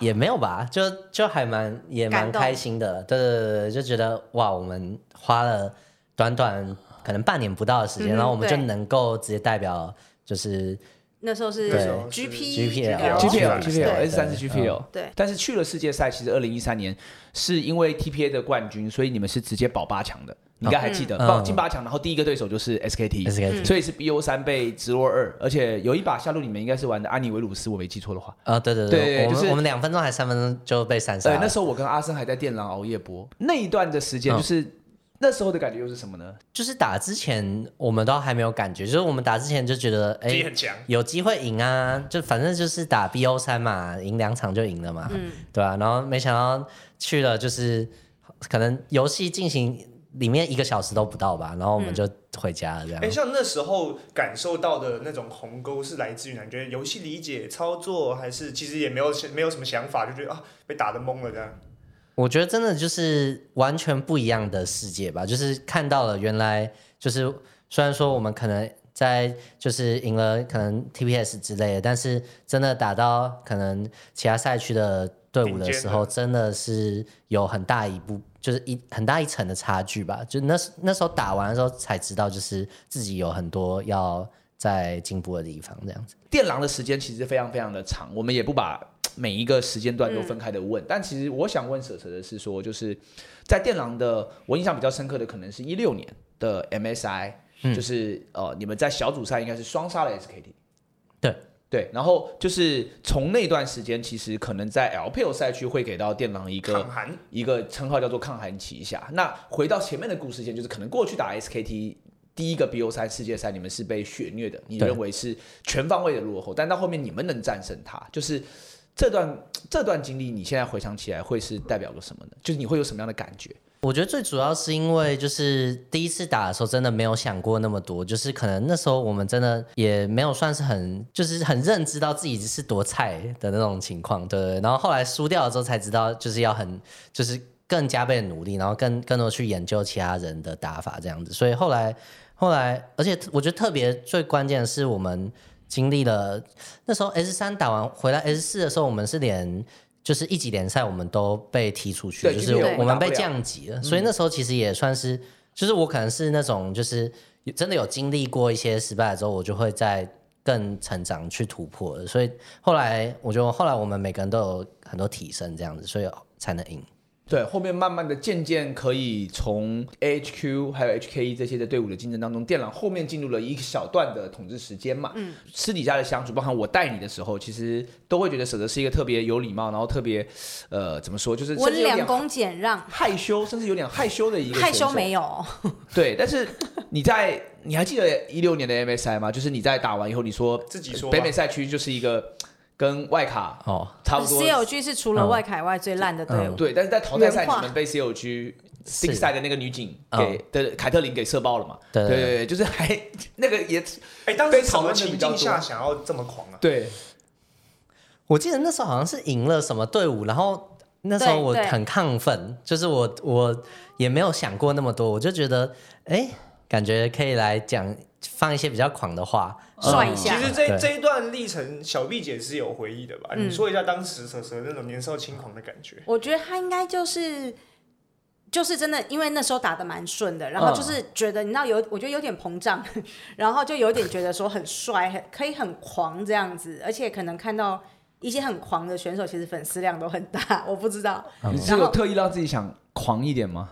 S1: 也没有吧，就就还蛮也蛮
S2: 感动
S1: 开心的，对对对对，就觉得哇，我们花了短短可能半年不到的时间，
S2: 嗯
S1: 然后我们就
S2: 对
S1: 能够直接代表就是
S2: 那时候是
S1: 对
S2: GP
S1: GPL
S3: GPL
S1: 对
S3: GPL S 三
S1: 哦
S3: 是
S1: 对嗯
S3: GPL，
S2: 对
S3: 但是去了世界赛，其实二零一三年是因为 TPA 的冠军，所以你们是直接保八强的，你应该还记得，
S1: 嗯
S3: 保
S1: 嗯
S3: 进八强，然后第一个对手就是 SKT。
S1: SKT
S3: 所以是 BO 三被直落二，而且有一把下路你们应该是玩的安妮维鲁斯，我没记错的话。
S1: 啊、对对
S3: 对对
S1: 我们、
S3: 就是
S1: 我们两分钟还三分钟就被闪杀
S3: 呃
S1: 了，，
S3: 那时候我跟阿生还在电狼熬夜播，那一段的时间
S1: 嗯
S3: 就是、那时候的感觉又是什么呢？
S1: 就是打之前我们都还没有感觉，就是我们打之前就觉得哎、
S4: 自己很强，
S1: 有机会赢啊，就反正就是打 BO 三嘛，赢两场就赢了嘛，
S2: 嗯
S1: 对啊，然后没想到去了就是可能游戏进行里面一个小时都不到吧，然后我们就回家了这样。
S4: 哎、像那时候感受到的那种鸿沟是来自于哪？你觉得游戏理解、操作，还是其实也没有没有什么想法，就觉得啊被打的懵了这样？
S1: 我觉得真的就是完全不一样的世界吧，就是看到了原来就是虽然说我们可能在就是赢了可能 TPS 之类的，但是真的打到可能其他赛区的队伍的时候，真的是有很大一步，就是一很大一层的差距吧。就那时那时候打完的时候才知道，就是自己有很多要在进步的地方，这样子。
S3: 电狼的时间其实非常非常的长，我们也不把每一个时间段都分开的问。但其实我想问舍舍的是说，就是在电狼的，我印象比较深刻的可能是一六年的 MSI，、就是呃你们在小组赛应该是双杀了 SKT。
S1: 对
S3: 对，然后就是从那段时间，其实可能在 LPL 赛区会给到电狼一个
S4: 抗寒，
S3: 一个称号叫做抗寒旗下。那回到前面的故事线，就是可能过去打 SKT 第一个 BO 三世界赛，你们是被血虐的，你
S1: 对
S3: 认为是全方位的落后，但到后面你们能战胜它，就是这段这段经历，你现在回想起来会是代表着什么呢？就是你会有什么样的感觉？
S1: 我觉得最主要是因为就是第一次打的时候，真的没有想过那么多，就是可能那时候我们真的也没有算是很就是很认知到自己是多菜的那种情况，对对对。然后后来输掉了之后才知道，就是要很就是更加倍的努力，然后更更多去研究其他人的打法这样子。所以后来后来，而且我觉得特别最关键的是我们经历了那时候 S 三打完回来 S 四的时候，我们是连。就是一级联赛，我们都被踢出去，
S3: 对
S1: 就
S3: 踢
S1: 是
S3: 出
S2: 去
S1: 我们
S3: 打不
S1: 被
S3: 了
S1: 降降级了，所以那时候其实也算是，就是我可能是那种就是有真的有经历过一些失败之后，我就会在更成长去突破的所以后来我觉得后来我们每个人都有很多提升，这样子，所以才能赢。
S3: 对，后面慢慢的渐渐可以从 AHQ 还有 HKE 这些的队伍的竞争当中，电缆后面进入了一小段的统治时间嘛。嗯，私底下的相处，包含我带你的时候，其实都会觉得舍得是一个特别有礼貌，然后特别呃怎么说，就是甚至
S2: 温
S3: 有点
S2: 良恭俭让，
S3: 害羞，甚至有点害羞的一个
S2: 害
S3: 选
S2: 羞
S3: 手
S2: 没有？
S3: 对，但是 你在你还记得一六年的 MSI 吗？就是你在打完以后，你说
S4: 自己说吧
S3: 北美赛区就是一个跟外卡
S1: 哦，
S3: 差不多嗯
S2: CLG 是除了外凯外最烂的队伍，
S3: 对，但是在淘汰赛
S2: 原话
S3: 你们被 CLG
S1: 是
S3: Six 赛的那个女警给
S1: 嗯
S3: 的凯特琳给射爆了嘛？
S1: 对
S3: 对对对，就是还 那个也
S4: 哎、当
S3: 被
S4: 时
S3: 讨
S4: 什么
S3: 论得比
S4: 情
S3: 较
S4: 境
S3: 多
S4: 下想要这么狂啊？
S3: 对
S1: 我记得那时候好像是赢了什么队伍，然后那时候
S2: 对
S1: 我
S2: 对
S1: 很亢奋，就是我我也没有想过那么多，我就觉得哎、感觉可以来讲放一些比较狂的话，
S2: 帅、
S3: 嗯
S2: 一
S4: 其
S2: 下。
S4: 实这
S1: 对
S4: 这一段历程，小 B 姐是有回忆的吧？
S3: 嗯
S4: 你说一下当时蛇蛇那种年少轻狂的感觉。
S2: 我觉得他应该就是。就是真的，因为那时候打的蛮顺的，然后就是觉得、你知道有，我觉得有点膨胀， 然后就有点觉得说很帅，很可以很狂这样子，而且可能看到一些很狂的选手，其实粉
S3: 嗯
S2: 丝量都很大，我不知道。
S3: 你是有特意让自己想狂一点吗？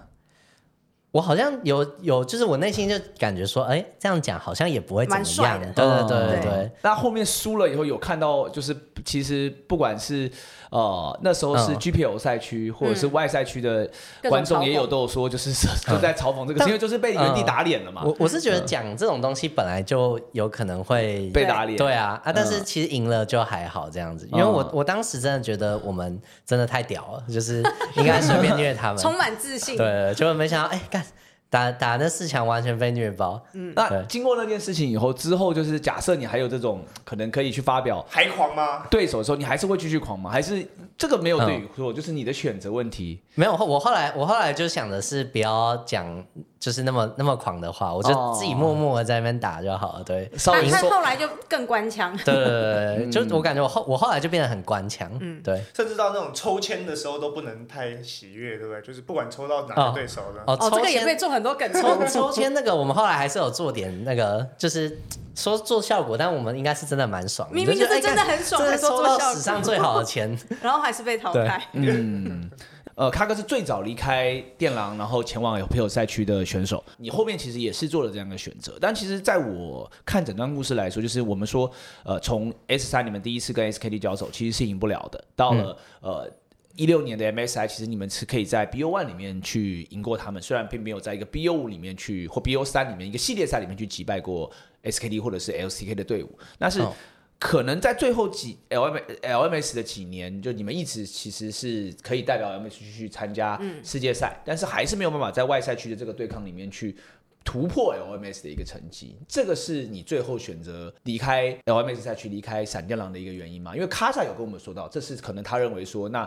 S1: 我好像有有，就是我内心就感觉说，哎、这样讲好像也不会怎么样
S2: 蛮帅的。
S1: 对对对
S3: 嗯
S1: 对对，
S3: 那后面输了以后，有看到就是其实不管是呃那时候是
S1: 嗯
S3: GPL 赛区或者是外赛区的
S2: 各种
S3: 观众
S2: 嘲讽
S3: 也有都有说，就是 都在嘲讽这个，
S1: 但
S3: 因为就是被原地打脸了嘛，
S1: 我我是觉得讲这种东西本来就有可能会
S3: 被打脸。
S1: 对啊
S2: 嗯
S1: 啊！但是其实赢了就还好这样子，因为我
S2: 哦
S3: 嗯
S1: 我当时真的觉得我们真的太屌了，就是应该随便虐他 们。
S2: 充满自信。
S1: 对，结果没想到，哎、干打打那四强完全被虐爆。
S3: 那
S1: 对
S3: 经过那件事情以后，之后就是假设你还有这种可能可以去发表
S4: 还狂吗？
S3: 对手的时候，你还是会继续狂吗？还是这个没有
S1: 嗯
S3: 对与错，就是你的选择问题。
S1: 没有，我后我后来我后来就想的是不要讲就是那么那么狂的话，我就自己默默的在那边打就好了。对，
S3: 稍
S2: 他
S3: 微
S2: 他
S3: 说
S2: 后来就更官腔，
S1: 对对对对对，就我感觉我后我后来就变得很官腔。对。
S4: 甚至到那种抽签的时候都不能太喜悦，对不对？就是不管抽到哪
S1: 哦
S4: 个对手的，
S1: 哦，
S2: 哦，这
S1: 抽
S2: 个也
S1: 签
S2: 被做很多梗抽
S1: 抽抽签那个，我们后来还是有做点那个，就是说做效果，但我们应该是真的蛮爽的。
S2: 明明
S1: 就
S2: 就是真的
S1: 哎干
S2: 很爽
S1: 真的
S2: 还说
S1: 抽
S2: 做
S1: 到
S2: 效果
S1: 史上最好的钱。
S2: 然后还是被淘
S1: 对
S2: 汰。
S3: 嗯，呃，咖哥是最早离开电狼，然后前往有朋友赛区的选手。你后面其实也是做了这样的选择，但其实在我看整段故事来说，就是我们说，呃，从 S 三你们第一次跟 SKT 交手，其实是赢不了的。到了、呃一六年的 MSI，其实你们是可以在 BO One 里面去赢过他们，虽然并没有在一个 BO 五里面去或 BO 三里面一个系列赛里面去击败过 SKT 或者是 LCK 的队伍，但是。
S1: 哦
S3: 可能在最后几 LM LMS 的几年，就你们一直其实是可以代表 LMS 去参加世界赛，但是还是没有办法在外赛区的这个对抗里面去突破 LMS 的一个成绩。这个是你最后选择离开 LMS 赛区、离开闪电狼的一个原因吗？因为卡萨有跟我们说到，这是可能他认为说，那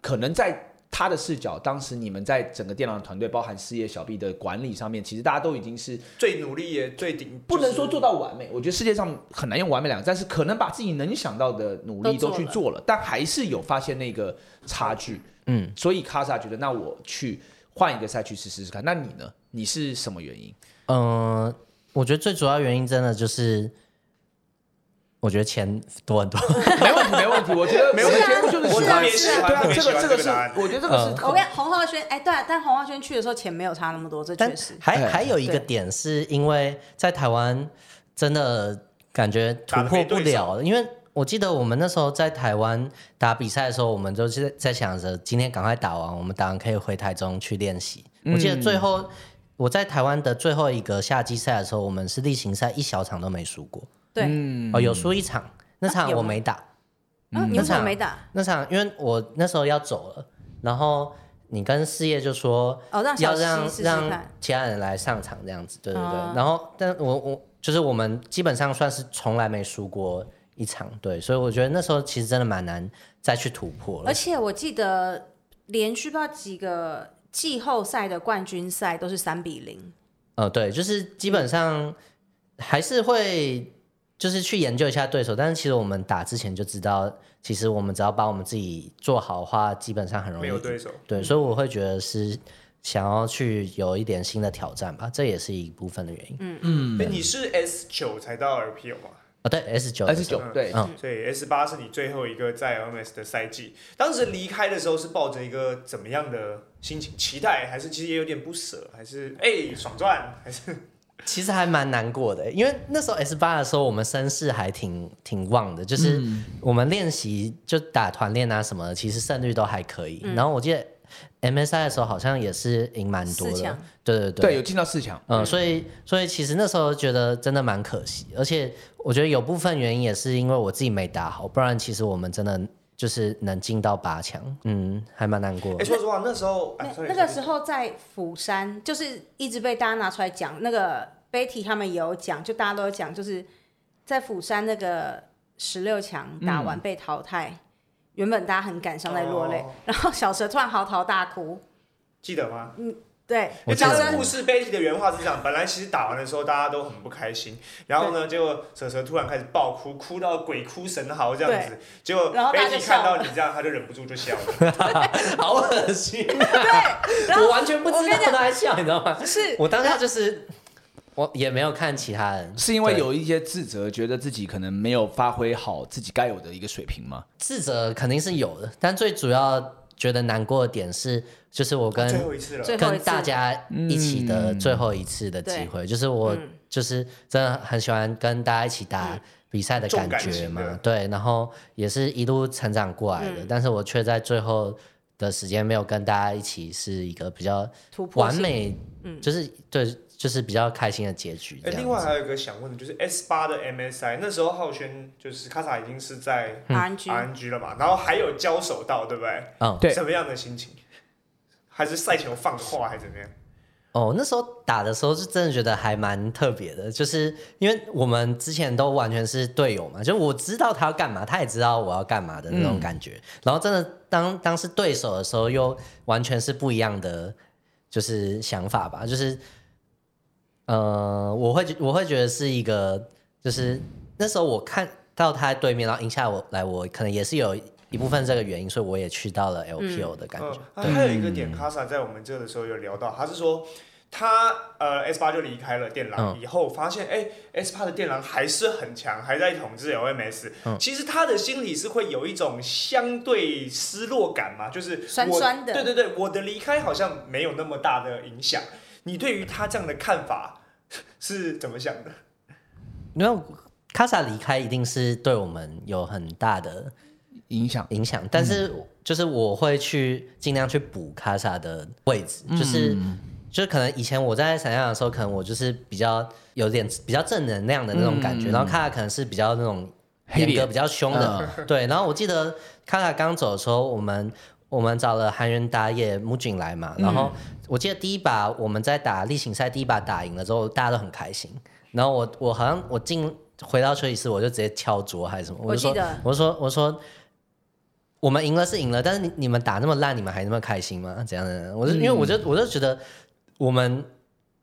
S3: 可能在。他的视角，当时你们在整个电狼团队，包含事业小 B 的管理上面，其实大家都已经是
S4: 最努力也最顶，
S3: 不能
S4: 就是
S3: 说做到完美，我觉得世界上很难用完美两个字，但是可能把自己能想到的努力
S2: 都做
S3: 都去
S2: 了
S3: 做了，但还是有发现那个差距。
S1: 嗯，
S3: 所以卡萨觉得，那我去换一个赛区试试看。那你呢？你是什么原因？
S1: 嗯、我觉得最主要原因真的就是，我觉得钱多 很多。
S3: 没问题，没问题。我觉得
S4: 没问题
S3: 我觉得就是
S4: 我
S3: 喜欢
S4: 特别喜欢
S3: 对啊
S4: 特，别
S3: 这
S4: 喜
S3: 个
S4: 欢
S3: 这个
S4: 这
S3: 是
S4: 个答案，
S3: 我觉得这个是
S2: 我跟洪浩轩，哎，对啊，但洪浩轩去的时候钱没有差那么多，这
S1: 但
S2: 确实。
S1: 还
S3: 对
S1: 还有一个
S2: 对
S1: 点是因为在台湾真的感觉突破不了，因为我记得我们那时候在台湾打比赛的时候，我们就是在想着今天赶快打完，我们打完可以回台中去练习。我记得最后我在台湾的最后一个夏季赛的时候，我们是例行赛一小场都没输过，
S2: 对，
S1: 哦，有输一场，那场
S2: 有
S1: 我
S2: 吗
S1: 没打。
S2: 嗯，你为什么没打？
S1: 那场，因为我那时候要走了，然后你跟事业就说，
S2: 哦让小
S1: 要让
S2: 西试试看
S1: 让其他人来上场这样子，对对对。
S2: 哦
S1: 然后，但我我就是我们基本上算是从来没输过一场，对，所以我觉得那时候其实真的蛮难再去突破了
S2: 而。且我记得连续不知道几个季后赛的冠军赛都是三比零，
S1: 呃，对，就是基本上还是会就是去研究一下对手，但是其实我们打之前就知道，其实我们只要把我们自己做好的话，基本上很容易
S4: 没有对
S1: 赢
S4: 手。
S1: 对，所以我会觉得是想要去有一点新的挑战吧，这也是一部分的原因。嗯，
S4: 哎你是 S 九才到 LPL 吗？
S1: 哦，对，S 九
S3: S 九对，
S1: 嗯
S4: 所以 S 八是你最后一个在 LMS 的赛季。当时离开的时候是抱着一个怎么样的心情？期待，还是其实也有点不舍，还是哎、爽赚，还是
S1: 其实还蛮难过的，因为那时候 S 八的时候，我们声势还挺挺旺的，就是我们练习就打团练啊什么的，其实胜率都还可以。然后我记得 MSI 的时候好像也是赢蛮多
S2: 四
S1: 的
S2: 强，
S1: 对对对
S3: 对，有进到四强。
S1: 嗯，所以所以其实那时候觉得真的蛮可惜，而且我觉得有部分原因也是因为我自己没打好，不然其实我们真的就是能进到八强，嗯，还蛮难过
S4: 哎、。说实话，那时候哎
S2: 那
S4: sorry，
S2: 那个
S4: sorry
S2: 时候在釜山，就是一直被大家拿出来讲。那个 Betty 他们也有讲，就大家都有讲，就是在釜山那个十六强
S1: 嗯
S2: 打完被淘汰，原本大家很感伤在落泪，
S4: 哦
S2: 然后小蛇突然嚎啕大哭。
S4: 记得吗？
S2: 对，
S1: 我
S4: 我
S1: 记得
S4: 讲
S2: 小
S4: 这
S2: 蛇
S4: 个故事 Betty 的原话是这样：本来其实打完的时候大家都很不开心，然后呢，结果蛇蛇突然开始爆哭，哭到鬼哭神嚎这样子。结果
S2: 然后大家就
S4: Betty 看
S2: 笑了
S4: 到你这样，他就忍不住就笑了。
S1: 哎好恶心，啊
S2: 对，然
S1: 我
S2: 后
S1: 完全不知
S2: 我跟
S1: 道
S2: 你讲
S1: 他在笑，你知道吗？
S2: 是
S1: 我当下就是我也没有看其他人，
S3: 是因为
S1: 对
S3: 有一些自责，觉得自己可能没有发挥好自己该有的一个水平吗？
S1: 自责肯定是有的，但最主要觉得难过的点是，就是我
S2: 啊
S4: 最
S1: 跟
S4: 后一次了，
S2: 最后一
S1: 跟
S2: 次
S1: 大家一起的
S3: 嗯
S1: 最后一次的机会，就是我
S2: 嗯
S1: 就是真的很喜欢跟大家一起打
S2: 嗯
S1: 比赛的感觉
S4: 重感情
S1: 嘛
S4: 的，
S1: 对，然后也是一路成长过来的，
S2: 嗯
S1: 但是我却在最后的时间没有跟大家一起是一个比较
S2: 突破
S1: 完
S2: 性，
S1: 美，
S2: 嗯
S1: 就是对，就是比较开心的结局这
S4: 哎，
S1: 样子。
S4: 另外还有一个想问的，就是 S 八的 MSI 那时候浩轩就是卡萨已经是在
S2: RNG
S4: RNG 了嘛，然后还有交手到，对不对？
S1: 嗯，
S3: 对
S4: 什么样的心情？还是赛前有放话还是怎么样？
S1: 哦，那时候打的时候是真的觉得还蛮特别的，就是因为我们之前都完全是队友嘛，就我知道他要干嘛，他也知道我要干嘛的那种感觉。
S4: 嗯
S1: 然后真的当当是对手的时候，又完全是不一样的，就是想法吧，就是呃，我会觉我会觉得是一个，就是那时候我看到他在对面，然后赢下我来，我可能也是有一部分这个原因，所以我也去到了 LPL 的感觉。
S4: 嗯、还有一个点，卡萨在我们这的时候有聊到，他是说他呃 S 八就离开了电狼、
S1: 嗯
S4: 以后，发现哎 S 八的电狼还是很强，还在统治 LMS、
S1: 嗯
S4: 其实他的心里是会有一种相对失落感嘛，就是我
S2: 酸酸的
S4: 对对对，我的离开好像没有那么大的影响。你对于他这样的看法是怎么想的？
S1: 因为卡萨离开一定是对我们有很大的
S3: 影响
S1: 影响，但是
S3: 嗯
S1: 就是我会去尽量去补卡萨的位置，
S3: 嗯
S1: 就是。就是可能以前我在闪亮的时候，可能我就是比较有点比较正能量的那种感觉，然后卡萨可能是比较那种
S3: 嗯黑
S1: 严格
S3: 脸嗯
S1: 比较凶的， 对。然后我记得卡卡刚走的时候，我们我们找了韩元打野木槿来嘛，然后我记得第一把我们在打例行赛第一把打赢了之后，大家都很开心。然后我我好像我进回到休息室，我就直接敲桌还是什么，
S2: 我
S1: 就说
S2: 记得
S1: 我说我说。我们赢了是赢了，但是你你们打那么烂，你们还那么开心吗？怎样的？
S2: 嗯
S1: 我就、因为我就我就觉得我们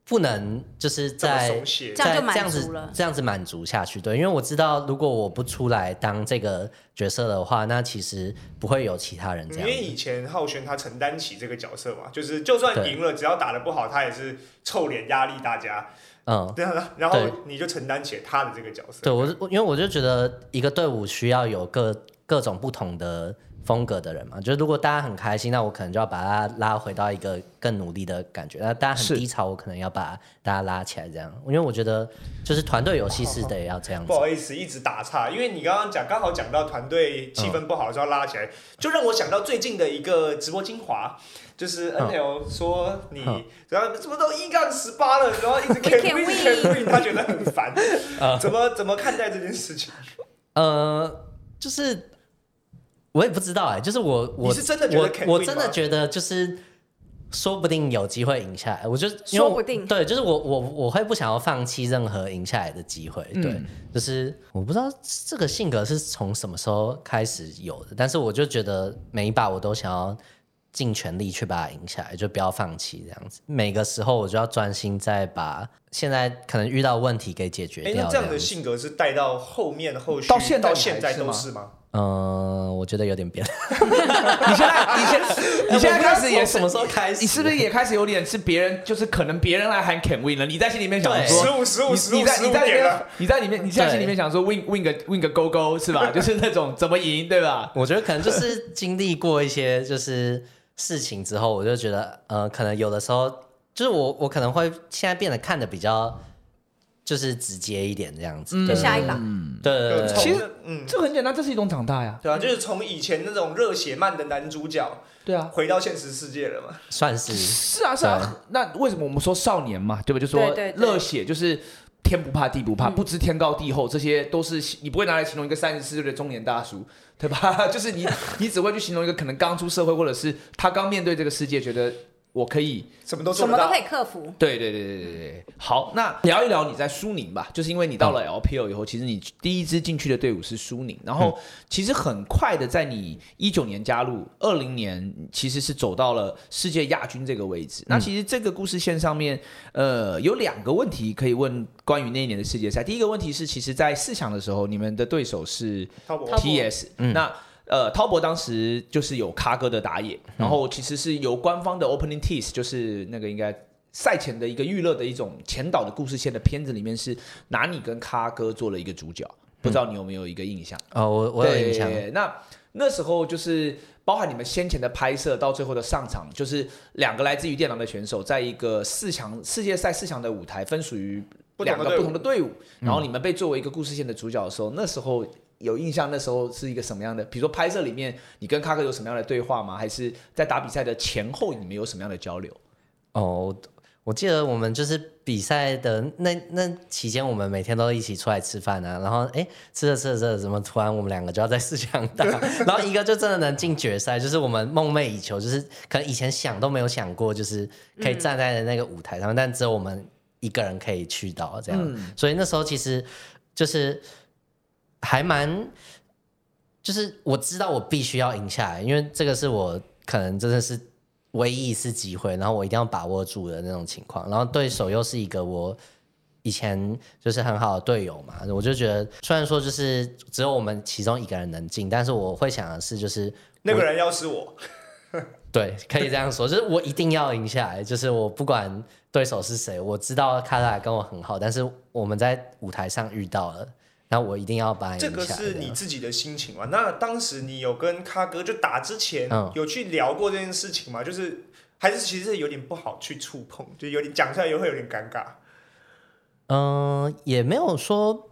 S1: 不能就是
S4: 这么
S1: 在
S4: 手写
S2: 这样就
S1: 在这样
S2: 满足
S1: 子
S2: 了
S1: 这样子满足下去，对，因为我知道如果我不出来当这个角色的话，那其实不会有其他人这
S4: 因为
S1: 样。
S4: 以前浩轩他承担起这个角色嘛，就是就算
S1: 对
S4: 赢了，只要打得不好，他也是臭脸压力大家，
S1: 嗯，
S4: 对啊，然后
S1: 对
S4: 你就承担起他的这个角色。
S1: 对我是我因为我就觉得一个队伍需要有各各种不同的风格的人嘛，就是如果大家很开心，那我可能就要把他拉回到一个更努力的感觉；那大家
S3: 是
S1: 很低潮，我可能要把大家拉起来，这样。因为我觉得就是团队游戏是得要这样子
S4: 不。好意思，一直打岔，因为你刚刚讲刚好讲到团队气氛不好的时候拉起来，就让我想到最近的一个直播精华，就是
S1: 嗯
S4: NL 说你
S1: 嗯
S4: 然后怎么都一杠十八了，然后一直
S2: We
S4: can
S2: can
S4: win
S2: win
S4: can win，他觉得很烦，怎么怎么看待这件事情？
S1: 呃，就是我也不知道哎、就是我我
S4: 你是真的觉得 can
S1: 我
S4: win
S1: 我真的
S4: 吗
S1: 觉得就是说不定有机会赢下来，我就因为
S2: 说
S1: 我
S2: 不定
S1: 对，就是我我我会不想要放弃任何赢下来的机会，对，
S3: 嗯
S1: 就是我不知道这个性格是从什么时候开始有的，但是我就觉得每一把我都想要。尽全力去把它赢下来，就不要放弃这样子。每个时候我就要专心在把现在可能遇到问题给解决
S4: 哎、
S1: 掉。
S4: 那这样的
S1: 子
S4: 性格是带到后面后续
S3: 到现在
S4: 到
S3: 你还
S4: 现在
S3: 是
S4: 都
S3: 吗
S4: 是吗？
S1: 嗯，我觉得有点变。
S3: 嗯你现在，你现在，你现在开始
S1: 哎
S3: 也
S1: 我不知道从什么时候开始
S3: 你是不是也开始有点是别人，就是可能别人来喊 Can Win 了？你在心里面想
S1: 对
S4: 十
S3: 说。
S4: 五十五
S3: 哎
S4: 十
S3: 你
S4: 五
S3: 你在
S4: 十
S3: 你
S4: 五
S3: 在里
S4: 点啊
S3: 面
S4: 了，，
S3: 你在里面，你在心里面想说 win win 个 win 个勾勾是 吧？就是那种怎么赢对吧？
S1: 我觉得可能就是经历过一些就是事情之后，我就觉得呃，可能有的时候就是我我可能会现在变得看的比较就是直接一点这样子。
S2: 就
S1: 对
S2: 嗯下一把，
S1: 对对对对
S4: 就从
S3: 呃其实
S4: 嗯，
S3: 这个很简单，这是一种长大呀。
S4: 对啊，就是从以前那种热血漫的男主角
S3: 对啊，
S4: 回到现实世界了嘛。
S1: 算是
S3: 是啊是啊。那为什么我们说少年嘛，对吧？就嗯说
S2: 对对对
S3: 热血就是天不怕地不怕，不知天高地厚，这些都是你不会拿来形容一个三十四岁的中年大叔，对吧？ 就是你你只会去形容一个可能刚出社会，或者是他刚面对这个世界，觉得我可以
S4: 什么都做
S2: 什么
S4: 不
S2: 都
S4: 到
S2: 可，以克服。
S3: 对对对对对对，好，那聊一聊你在苏宁吧，就是因为你到了 LPL 以后，其实你第一支进去的队伍是苏宁，然后其实很快的，在你一九年加入，二零年其实是走到了世界亚军这个位置。那其实这个故事线上面，呃，有两个问题可以问关于那一年的世界赛。第一个问题是，其实，在四强的时候，你们的对手是
S4: 滔博
S2: 滔博
S3: TS，那呃，滔博当时就是有咖哥的打野，然后其实是由官方的 opening tease，就是那个应该赛前的一个预热的一种前导的故事线的片子里面是拿你跟咖哥做了一个主角，不知道你有没有一个印象？
S1: 哦，我我有印象。
S3: 对那那时候就是包含你们先前的拍摄到最后的上场，就是两个来自于电脑的选手，在一个四强世界赛四强的舞台，分属于
S4: 不
S3: 两
S4: 同的
S3: 个
S4: 队
S3: 不
S4: 伍
S3: 同的队伍，
S1: 嗯
S3: 然后你们被作为一个故事线的主角的时候，那时候。有印象那时候是一个什么样的？比如说拍摄里面，你跟卡哥有什么样的对话吗？还是在打比赛的前后，你们有什么样的交流？
S1: 哦，我记得我们就是比赛的那那期间，我们每天都一起出来吃饭啊。然后哎，吃着吃着吃着，怎么突然我们两个就要在四强打？然后一个就真的能进决赛，就是我们梦寐以求，就是可能以前想都没有想过，就是可以站在那个舞台上，但只有我们一个人可以去到啊这样。所以那时候其实就是还蛮。就是我知道我必须要赢下来，因为这个是我可能真的是唯一一次机会，然后我一定要把握住的那种情况。然后对手又是一个我以前就是很好的队友嘛，我就觉得虽然说就是只有我们其中一个人能进，但是我会想的是就是
S4: 那个人要是我，
S1: 对，可以这样说，就是我一定要赢下来，就是我不管对手是谁，我知道卡拉跟我很好，但是我们在舞台上遇到了，然后我一定要
S3: 哎
S1: 把他赢下
S4: 这
S1: 来。
S4: 个
S3: 啊
S4: 是
S1: 这
S4: 你
S1: 样
S4: 自己的心情嘛？那当时你有跟咖哥就打之前、
S1: 嗯
S4: 有去聊过这件事情吗？就是还是其实是有点不好去触碰，就有点讲出来也会有点尴尬。
S1: 嗯，也没有说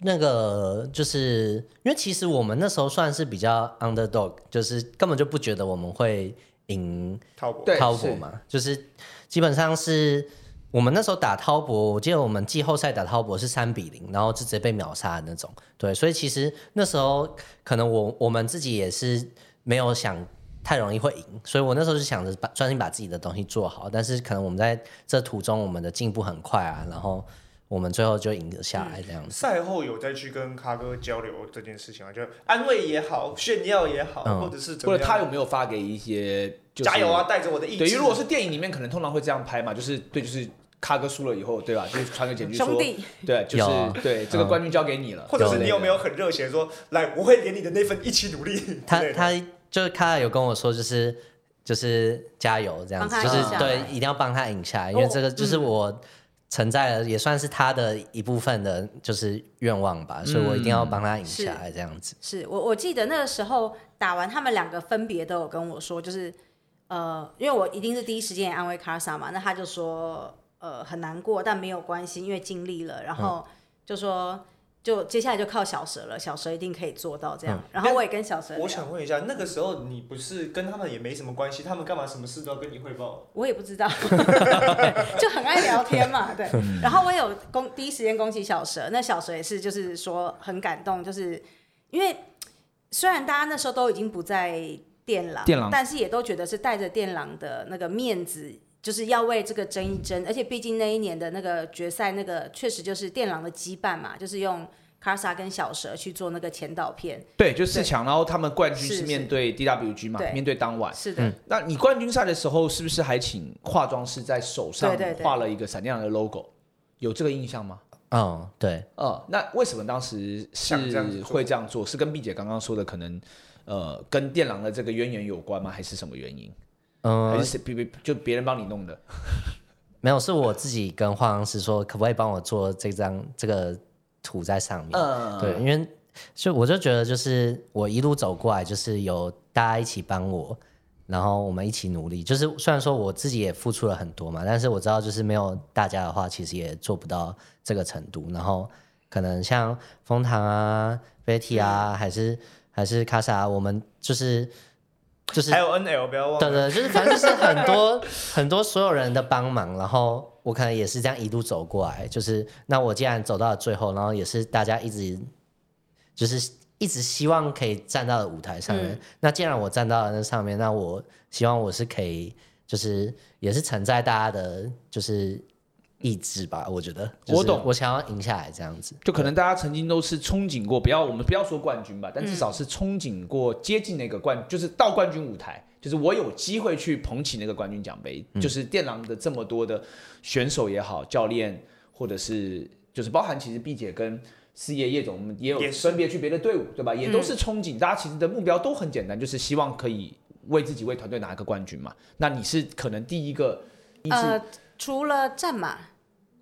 S1: 那个，就是因为其实我们那时候算是比较 underdog，就是根本就不觉得我们会赢
S4: 套博，
S3: 对
S1: 滔
S3: 是
S1: 博嘛，就是基本上是我们那时候打滔博，我记得我们季后赛打滔博是三比零，然后就直接被秒杀的那种。对，所以其实那时候可能我我们自己也是没有想太容易会赢，所以我那时候是想着把专心把自己的东西做好，但是可能我们在这途中我们的进步很快啊，然后我们最后就赢得下来这样子。
S4: 赛后有再去跟咖哥交流这件事情吗？就安慰也好，炫耀也好，
S1: 嗯
S4: 或者是怎
S3: 或
S4: 么样
S3: 者他有没有发给一些、就是、
S4: 加油啊，带着我的意志。
S3: 对，因为如果是电影里面，可能通常会这样拍嘛，就是对，就是卡哥输了以后，对吧？就是传个 简讯说
S2: 兄，弟，
S3: 对，就
S1: 有啊
S3: 是对，这个
S1: 嗯
S3: 冠军交给你了。
S4: 或者是
S3: 之类
S4: 你
S3: 的
S4: 有没有很热血说，来，我会连你的那份一起努力之类的？
S1: 他他就是卡拉有跟我说，就是就是加油这样子，
S2: 帮
S1: 就
S2: 他
S1: 是
S3: 赢下来
S1: 对，一定要帮他赢下来，因为
S2: 哦
S1: 这个就是我承载了，也算是他的一部分的，就是愿望吧，所以我一定要帮他赢下来这样子。
S2: 是我我记得那个时候打完，他们两个分别都有跟我说，就是呃，因为我一定是第一时间安慰卡萨嘛，那他就说呃很难过，但没有关系，因为尽力了，然后就说。就接下来就靠小蛇了，小蛇一定可以做到这样。然后我也跟小蛇聊，
S4: 嗯我想问一下，那个时候你不是跟他们也没什么关系，他们干嘛什么事都要跟你汇报？
S2: 我也不知道， 对就很爱聊天 嘛，对。
S1: 嗯
S2: 然后我有恭第一时间恭喜小蛇，那小蛇也是就是说很感动，就是因为虽然大家那时候都已经不在电廊，
S3: 电廊
S2: 但是也都觉得是带着电廊的那个面子。就是要为这个争一争，而且毕竟那一年的那个决赛，那个确实就是电廊的羁绊嘛，就是用卡萨跟小蛇去做那个前导片。
S3: 对，就四强，然后他们冠军
S2: 是
S3: 是
S2: 是
S3: 面对 DWG 嘛，
S2: 对
S3: 面对
S1: 哎
S3: 当晚。
S2: 是的，
S1: 嗯
S3: 那你冠军赛的时候，是不是还请化妆师在手上
S2: 对对对
S3: 画了一个闪亮的 logo？有这个印象吗？
S1: 嗯，对，
S3: 呃，那为什么当时是
S4: 想这样子做
S3: 会这样做？是跟毕姐刚刚说的，可能呃跟电狼的这个渊源有关吗？还是什么原因？还
S1: 嗯
S3: 是，谁别别就别人帮你弄的？
S1: 没有，是我自己跟化妆师说，可不可以帮我做这张这个图在上面？
S3: 嗯，
S1: 对，因为就我就觉得，就是我一路走过来，就是有大家一起帮我，然后我们一起努力。就是虽然说我自己也付出了很多嘛，但是我知道，就是没有大家的话，其实也做不到这个程度。然后可能像枫糖啊、Betty 啊，还是还是卡莎啊，我们就是就是
S4: 还有 NL 不要忘
S1: 对
S4: 了，
S1: 对，就是反正就是很多 很多所有人的帮忙，然后我可能也是这样一路走过来，就是那我既然走到了最后，然后也是大家一直就是一直希望可以站到舞台上面。
S2: 嗯
S1: 那既然我站到了那上面，那我希望我是可以就是也是承载大家的，就是意志吧。我觉得，就是
S3: 我懂
S1: 我想要赢下来这样子。
S3: 就可能大家曾经都是憧憬过，不要我们不要说冠军吧，但
S2: 嗯
S3: 至少是憧憬过接近那个冠，就是到冠军舞台，就是我有机会去捧起那个冠军奖杯。
S2: 嗯
S3: 就是电狼的这么多的选手也好，教练或者是就是包含其实毕姐跟。四叶叶总，我们也有
S4: 也是
S3: 分别去别的队伍，
S2: 嗯
S3: 对吧？也都是憧憬，大家其实的目标都很简单，就是希望可以为自己、为团队拿一个冠军嘛。那你是可能第一个，一直
S2: 呃，除了战马，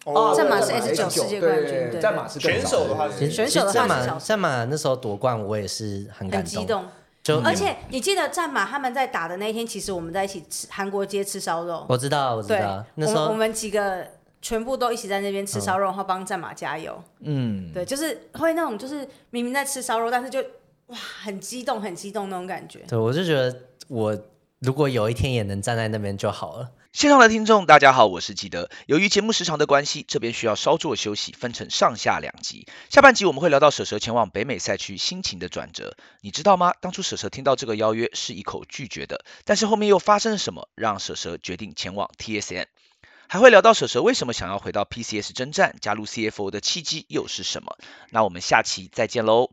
S4: 哦，
S2: 呃战马是
S4: 对
S2: S 九世界
S3: 对
S2: 冠军
S3: 对
S2: 对
S3: 哎战马是更
S4: 选
S3: 早
S4: 手的话是
S1: 其实
S2: 选手的话
S1: 战
S2: 是小
S1: 马
S2: 事
S1: 战马那时候夺冠，我也是很感
S2: 很
S1: 动
S2: 激。动。
S1: 就
S2: 而且你记得战马他们在打的那一天，其实我们在一起吃韩国街吃烧肉，
S1: 我知道，哦我知
S2: 对，
S1: 道，那
S2: 我
S1: 时
S2: 们我
S1: 候
S2: 们几个全部都一起在那边吃烧肉，然后帮战马加油。
S3: 嗯，
S2: 对，就是会那种就是明明在吃烧肉，但是就哇很激动很激动那种感觉。
S1: 对我就觉得我如果有一天也能站在那边就好了。
S6: 线上的听众，大家好，我是基德。由于节目时长的关系，这边需要稍作休息，分成上下两集。下半集我们会聊到蛇蛇前往北美赛区心情的转折。你知道吗？当初蛇蛇听到这个邀约是一口拒绝的，但是后面又发生了什么，让蛇蛇决定前往 TSN？还会聊到蛇蛇为什么想要回到 PCS 征战，加入 CFO 的契机又是什么？那我们下期再见喽。